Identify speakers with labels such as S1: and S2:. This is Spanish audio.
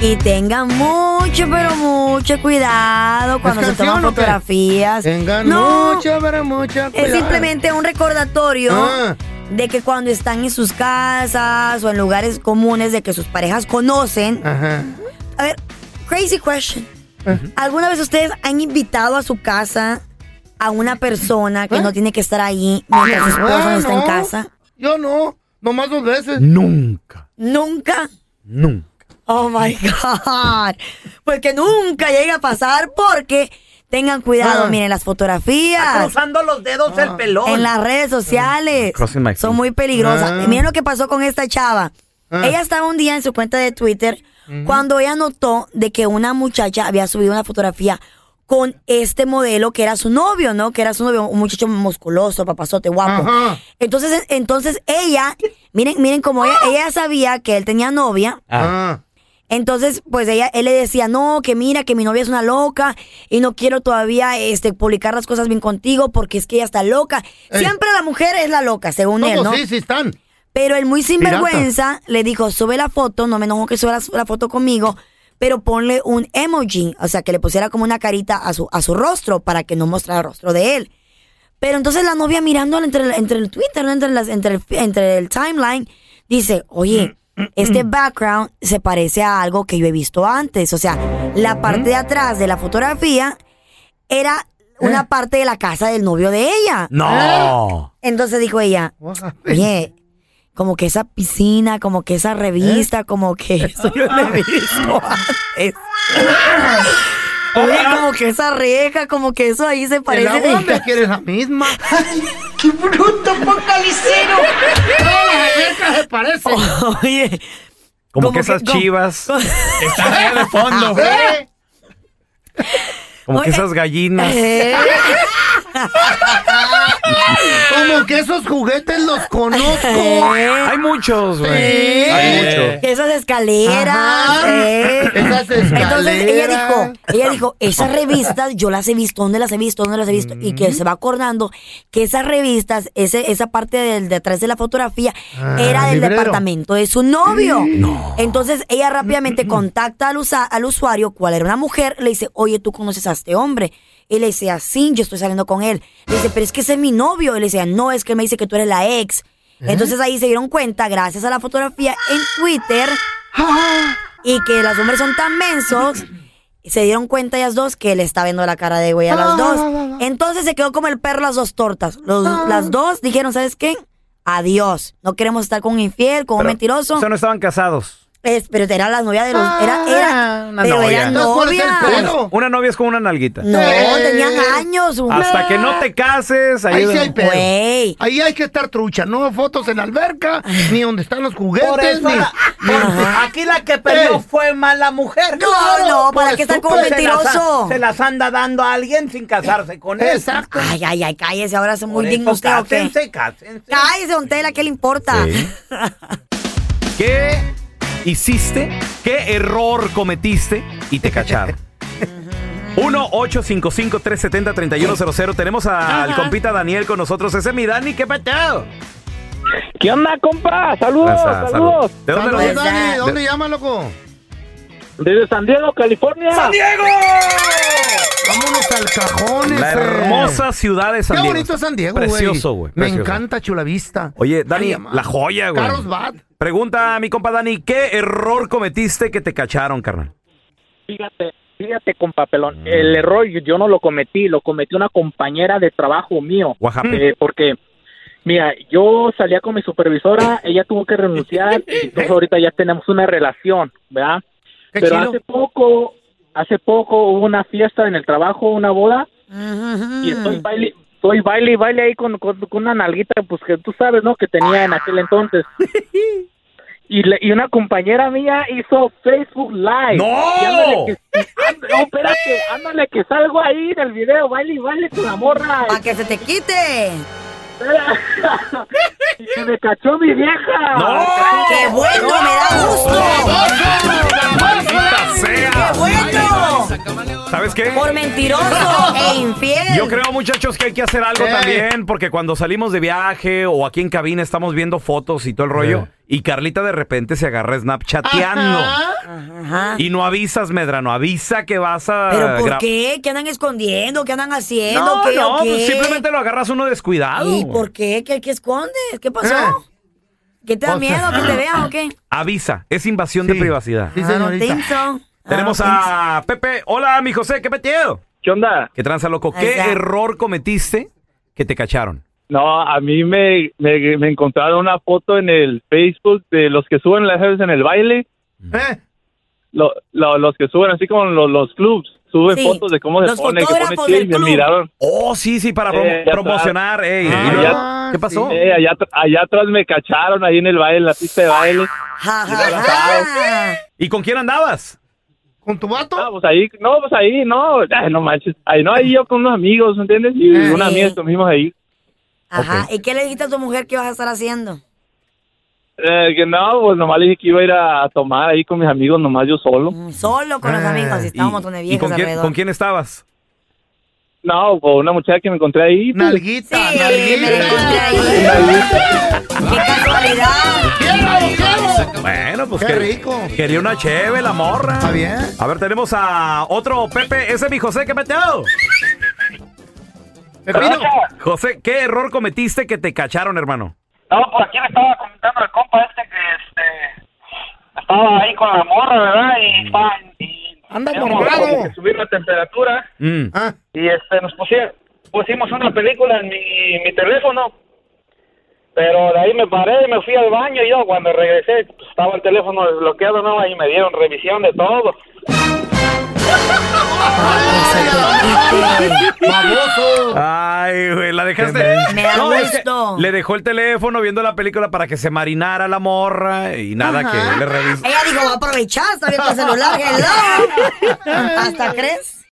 S1: Y tengan mucho, pero mucho cuidado cuando se
S2: canción
S1: toman
S2: o qué?
S1: fotografías.
S2: Tengan
S1: no,
S2: mucha, pero mucha
S1: es
S2: cuidado.
S1: simplemente un recordatorio
S2: Ah.
S1: de que cuando están en sus casas o en lugares comunes de que sus parejas conocen.
S2: Ajá.
S1: A ver, crazy question.
S2: Ah.
S1: ¿Alguna vez ustedes han invitado a su casa a una persona que no tiene que estar ahí mientras su esposo no
S2: Ah,
S1: está en
S2: no.
S1: casa?
S2: Yo no, nomás dos veces.
S3: Nunca,
S1: Nunca.
S3: nunca.
S1: Oh my God. Pues que nunca llega a pasar porque tengan cuidado,
S2: Ah.
S1: miren las fotografías. Ah.
S4: Cruzando los dedos el pelón. Ah,
S1: En las redes sociales
S3: Crossing my
S1: son
S3: feet.
S1: muy peligrosas.
S2: Ah.
S1: Y miren lo que pasó con esta chava.
S2: Ah.
S1: Ella estaba un día en su cuenta de Twitter cuando ella notó de que una muchacha había subido una fotografía con este modelo que era su novio, ¿no? Que era su novio, un muchacho musculoso, papazote, guapo.
S2: Ajá.
S1: Entonces, entonces ella, miren, miren como ella, ella sabía que él tenía novia,
S3: Ah,
S2: Ah.
S1: entonces, pues ella, él le decía, no, que mira, que mi novia es una loca y no quiero todavía este, publicar las cosas bien contigo porque es que ella está loca.
S2: Ey.
S1: Siempre la mujer es la loca, según él,
S2: Todos
S1: ¿no?
S2: pues sí, sí están.
S1: Pero el muy sinvergüenza le dijo, sube la foto, no me enojo que suba la, la foto conmigo, pero ponle un emoji, o sea, que le pusiera como una carita a su, a su rostro para que no mostrara el rostro de él. Pero entonces la novia mirándola entre, el- entre el Twitter, entre, las, entre, el, entre el timeline, dice, oye, este background se parece a algo que yo he visto antes. O sea, la parte de atrás de la fotografía era una parte de la casa del novio de ella.
S4: Ah.
S3: no.
S1: Entonces dijo ella, Oye, como que esa piscina, como que esa revista,
S2: ¿Eh?
S1: como que eso yo lo he visto antes. Oye, como que esa reja, como que eso ahí se
S2: El
S1: parece.
S2: agua me quieres la misma. Todas las albercas se parecen.
S1: Oye,
S3: Como,
S1: Como
S3: que esas
S1: que- como-
S3: chivas están allá de fondo.
S2: ¿Eh?
S3: Como
S1: Oye,
S3: que esas gallinas.
S1: eh,
S2: Como que esos juguetes los conozco.
S1: eh,
S3: Hay muchos, güey.
S2: Sí.
S3: Hay muchos.
S1: que esas escaleras.
S2: Ajá.
S1: eh.
S2: Esas
S1: Entonces ella
S2: escaleras.
S1: dijo, ella dijo, esas revistas yo las he visto, ¿dónde las he visto? ¿Dónde las he visto? Y
S2: Mm.
S1: que se va acordando que esas revistas, ese, esa parte del de atrás de la fotografía,
S2: Ah,
S1: era del
S2: librero.
S1: departamento de su novio. Entonces ella
S2: Mm,
S1: rápidamente contacta al, usa- al usuario, cuál era una mujer, le dice, oye, ¿tú conoces a este hombre? Y le dice, así, yo estoy saliendo con él. Le dice, pero es que ese es mi novio. Y le dice, "Ah, no, es que él me dice que tú eres la ex.
S2: ¿Eh?
S1: Entonces ahí se dieron cuenta, gracias a la fotografía en Twitter, y que los hombres son tan mensos, se dieron cuenta ellas dos que le está viendo la cara de güey a las dos. Entonces se quedó como el perro las dos tortas. Los- Las dos dijeron, ¿sabes qué? Adiós. No queremos estar con un infiel, con un
S3: Pero,
S1: mentiroso.
S3: O sea, no estaban casados.
S1: Es- pero era la novia de los. Era, era,
S3: Ah, una
S1: pero
S3: novia.
S1: eran
S2: Entonces, ¿cuál es el
S1: novias.
S2: pedo?
S3: Una novia es como una nalguita.
S1: No,
S2: Eh.
S1: tenían años. güey.
S3: Hasta que no te cases, ahí,
S2: Ahí sí hay pedo.
S1: Güey.
S2: Ahí hay que estar trucha, no fotos en la alberca, ni donde están los juguetes,
S4: Por eso
S2: ni...
S4: la- por- aquí la que perdió
S2: Ey.
S4: fue mala mujer.
S1: Eh. No, no, ¿para qué estar como
S4: pues, se las a-
S1: mentiroso?
S4: Se las anda dando a alguien sin casarse con él.
S2: Exacto.
S1: Ay, ay, ay, cállese. Ahora son muy
S4: Por
S1: dignos.
S4: eso,
S1: usted, ¿o qué?
S4: Cásense, cásense.
S1: Cállese, don Tela, ¿qué le importa?
S3: ¿Qué hiciste? ¿Qué error cometiste? Y te cacharon. 1-855-370-3100. Tenemos al compita Daniel con nosotros. Ese es mi Dani, qué peteo.
S5: ¿Qué onda, compa? Saludos,
S3: Raza,
S5: saludos.
S3: ¿De dónde lo
S2: Saludos,
S1: ves?
S2: Dani, ¿de ¿dónde llama, loco?
S5: Desde San Diego, California.
S2: Vámonos al cajón.
S3: La
S2: ese.
S3: hermosa ciudad de San
S2: Qué
S3: Diego.
S2: bonito San Diego, güey.
S3: Precioso, güey.
S2: Me
S3: precioso.
S2: encanta Chulavista.
S3: Oye, Dani,
S2: Ay, amá.
S3: la joya, güey.
S2: Carros Bad.
S3: Pregunta a mi compa Dani, ¿qué error cometiste que te cacharon, carnal?
S5: Fíjate, fíjate, compa Pelón. El error yo- yo no lo cometí, lo cometió una compañera de trabajo mío.
S3: Oaxaca.
S5: Eh, porque, mira, yo salía con mi supervisora, ella tuvo que renunciar, y entonces ahorita ya tenemos una relación, ¿verdad?
S2: Qué
S5: Pero
S2: chido.
S5: hace poco, hace poco hubo una fiesta en el trabajo, una boda, y
S1: Mm.
S5: estoy baile, estoy baile y baile ahí con, con, con una nalguita, pues que tú sabes, ¿no? Que tenía en aquel entonces. Y, le- y una compañera mía hizo Facebook Live.
S3: ¡No!
S5: Y ándale que- ándale- no, espérate, ándale que salgo ahí del video, baile y baile con la morra.
S1: Para que se te quite.
S5: Y se me cachó mi vieja.
S3: ¡No!
S1: ¡Qué bueno! ¡Me da gusto!
S3: ¡Maldita
S1: ¡Qué
S3: sea!
S1: bueno!
S3: ¿Sabes qué?
S1: Por mentiroso e infiel.
S3: Yo creo, muchachos, que hay que hacer algo
S2: Eh.
S3: también, porque cuando salimos de viaje o aquí en cabina estamos viendo fotos y todo el rollo, y Carlita de repente se agarra Snapchateando.
S2: Ajá.
S1: Ajá.
S3: Y no avisas, Medrano, avisa que vas a...
S1: ¿Pero por
S3: Ah, gra-
S1: qué? ¿Qué andan escondiendo? ¿Qué andan haciendo?
S3: No,
S1: ¿Qué,
S3: no,
S1: o qué?
S3: pues simplemente lo agarras uno descuidado.
S1: ¿Y por qué? ¿Qué, qué escondes? ¿Qué
S3: Eh.
S1: pasó? ¿Qué te da
S2: O sea-
S1: miedo? ¿Que te vean o qué? Ah,
S3: Avisa, es invasión de
S2: Sí.
S3: privacidad.
S2: Sí,
S1: I don't
S2: señorita.
S1: think so. I
S3: Tenemos
S1: don't think so.
S3: a Pepe. Hola, mi José, ¿qué metido?
S5: ¿Qué onda?
S3: ¿Qué tranza, loco? ¿Qué
S1: Exacto.
S3: error cometiste que te cacharon?
S5: No, a mí me, me, me encontraron una foto en el Facebook de los que suben las veces en el baile,
S2: ¿Eh?
S5: lo- lo- los que suben así como los, los clubs, suben
S1: Sí,
S5: fotos de cómo se
S1: los
S5: ponen, que ponen
S1: fotógrafos
S5: chill,
S1: del
S5: y me
S1: club.
S5: miraron.
S3: Oh, sí, sí, para promo-
S5: Eh, ya
S3: promocionar. ey.
S2: Ah,
S3: Y luego,
S2: ya-
S3: ¿Qué pasó?
S2: sí.
S5: Eh, allá, atr- allá atrás me cacharon ahí en el baile, en la pista de baile.
S1: Ja, ja, ja.
S3: ¿Y con quién andabas?
S2: ¿Con tu
S5: No,
S2: vato?
S5: pues ahí, no, pues ahí, no, ay, no manches. Ahí no, ahí yo con unos amigos, ¿entiendes? Y
S1: Eh.
S5: una amiga estuvimos ahí.
S1: Ajá. ¿Y qué le dijiste a tu mujer que ibas a estar haciendo?
S5: Eh, que no, pues nomás le dije que iba a ir a tomar ahí con mis amigos, nomás yo solo.
S1: Mm, Solo con los
S2: Ah,
S1: amigos. y Estaba un
S3: Eh, ¿Y-
S1: montón de
S3: ¿Y
S1: viejos
S3: con quién,
S1: alrededor.
S3: con quién estabas?
S5: No, con una muchacha que me encontré ahí.
S1: Sí,
S5: pues,
S2: Nalguita,
S1: me la encontré
S2: nalguita.
S1: ahí. ¡Qué casualidad!
S3: Bueno, pues
S2: Qué
S3: que-
S2: rico.
S3: Quería una cheve, la morra.
S2: Está bien.
S3: A ver, tenemos a otro Pepe. Ese es mi José, ¿qué metido?
S2: Pepino.
S3: José, ¿qué error cometiste que te cacharon, hermano?
S6: No, por aquí le estaba comentando al compa este que este, estaba ahí con la morra, ¿verdad? Y, pa, y
S2: Anda
S6: teníamos
S2: morgado.
S6: como que subir la temperatura
S3: Mm.
S2: Ah,
S6: y este nos pusie- pusimos una película en mi, mi teléfono. Pero de ahí me paré y me fui al baño y yo cuando regresé pues, estaba el teléfono desbloqueado, ¿no? Ahí me dieron revisión de todo.
S2: baboso.
S3: Ay, güey, la dejaste.
S1: Me da
S3: es que
S1: gusto.
S3: Le dejó el teléfono viendo la película para que se marinara la morra y nada que le revisó.
S1: Ella dijo, voy a aprovechar, está abierto el celular, hello. ¿Hasta crees?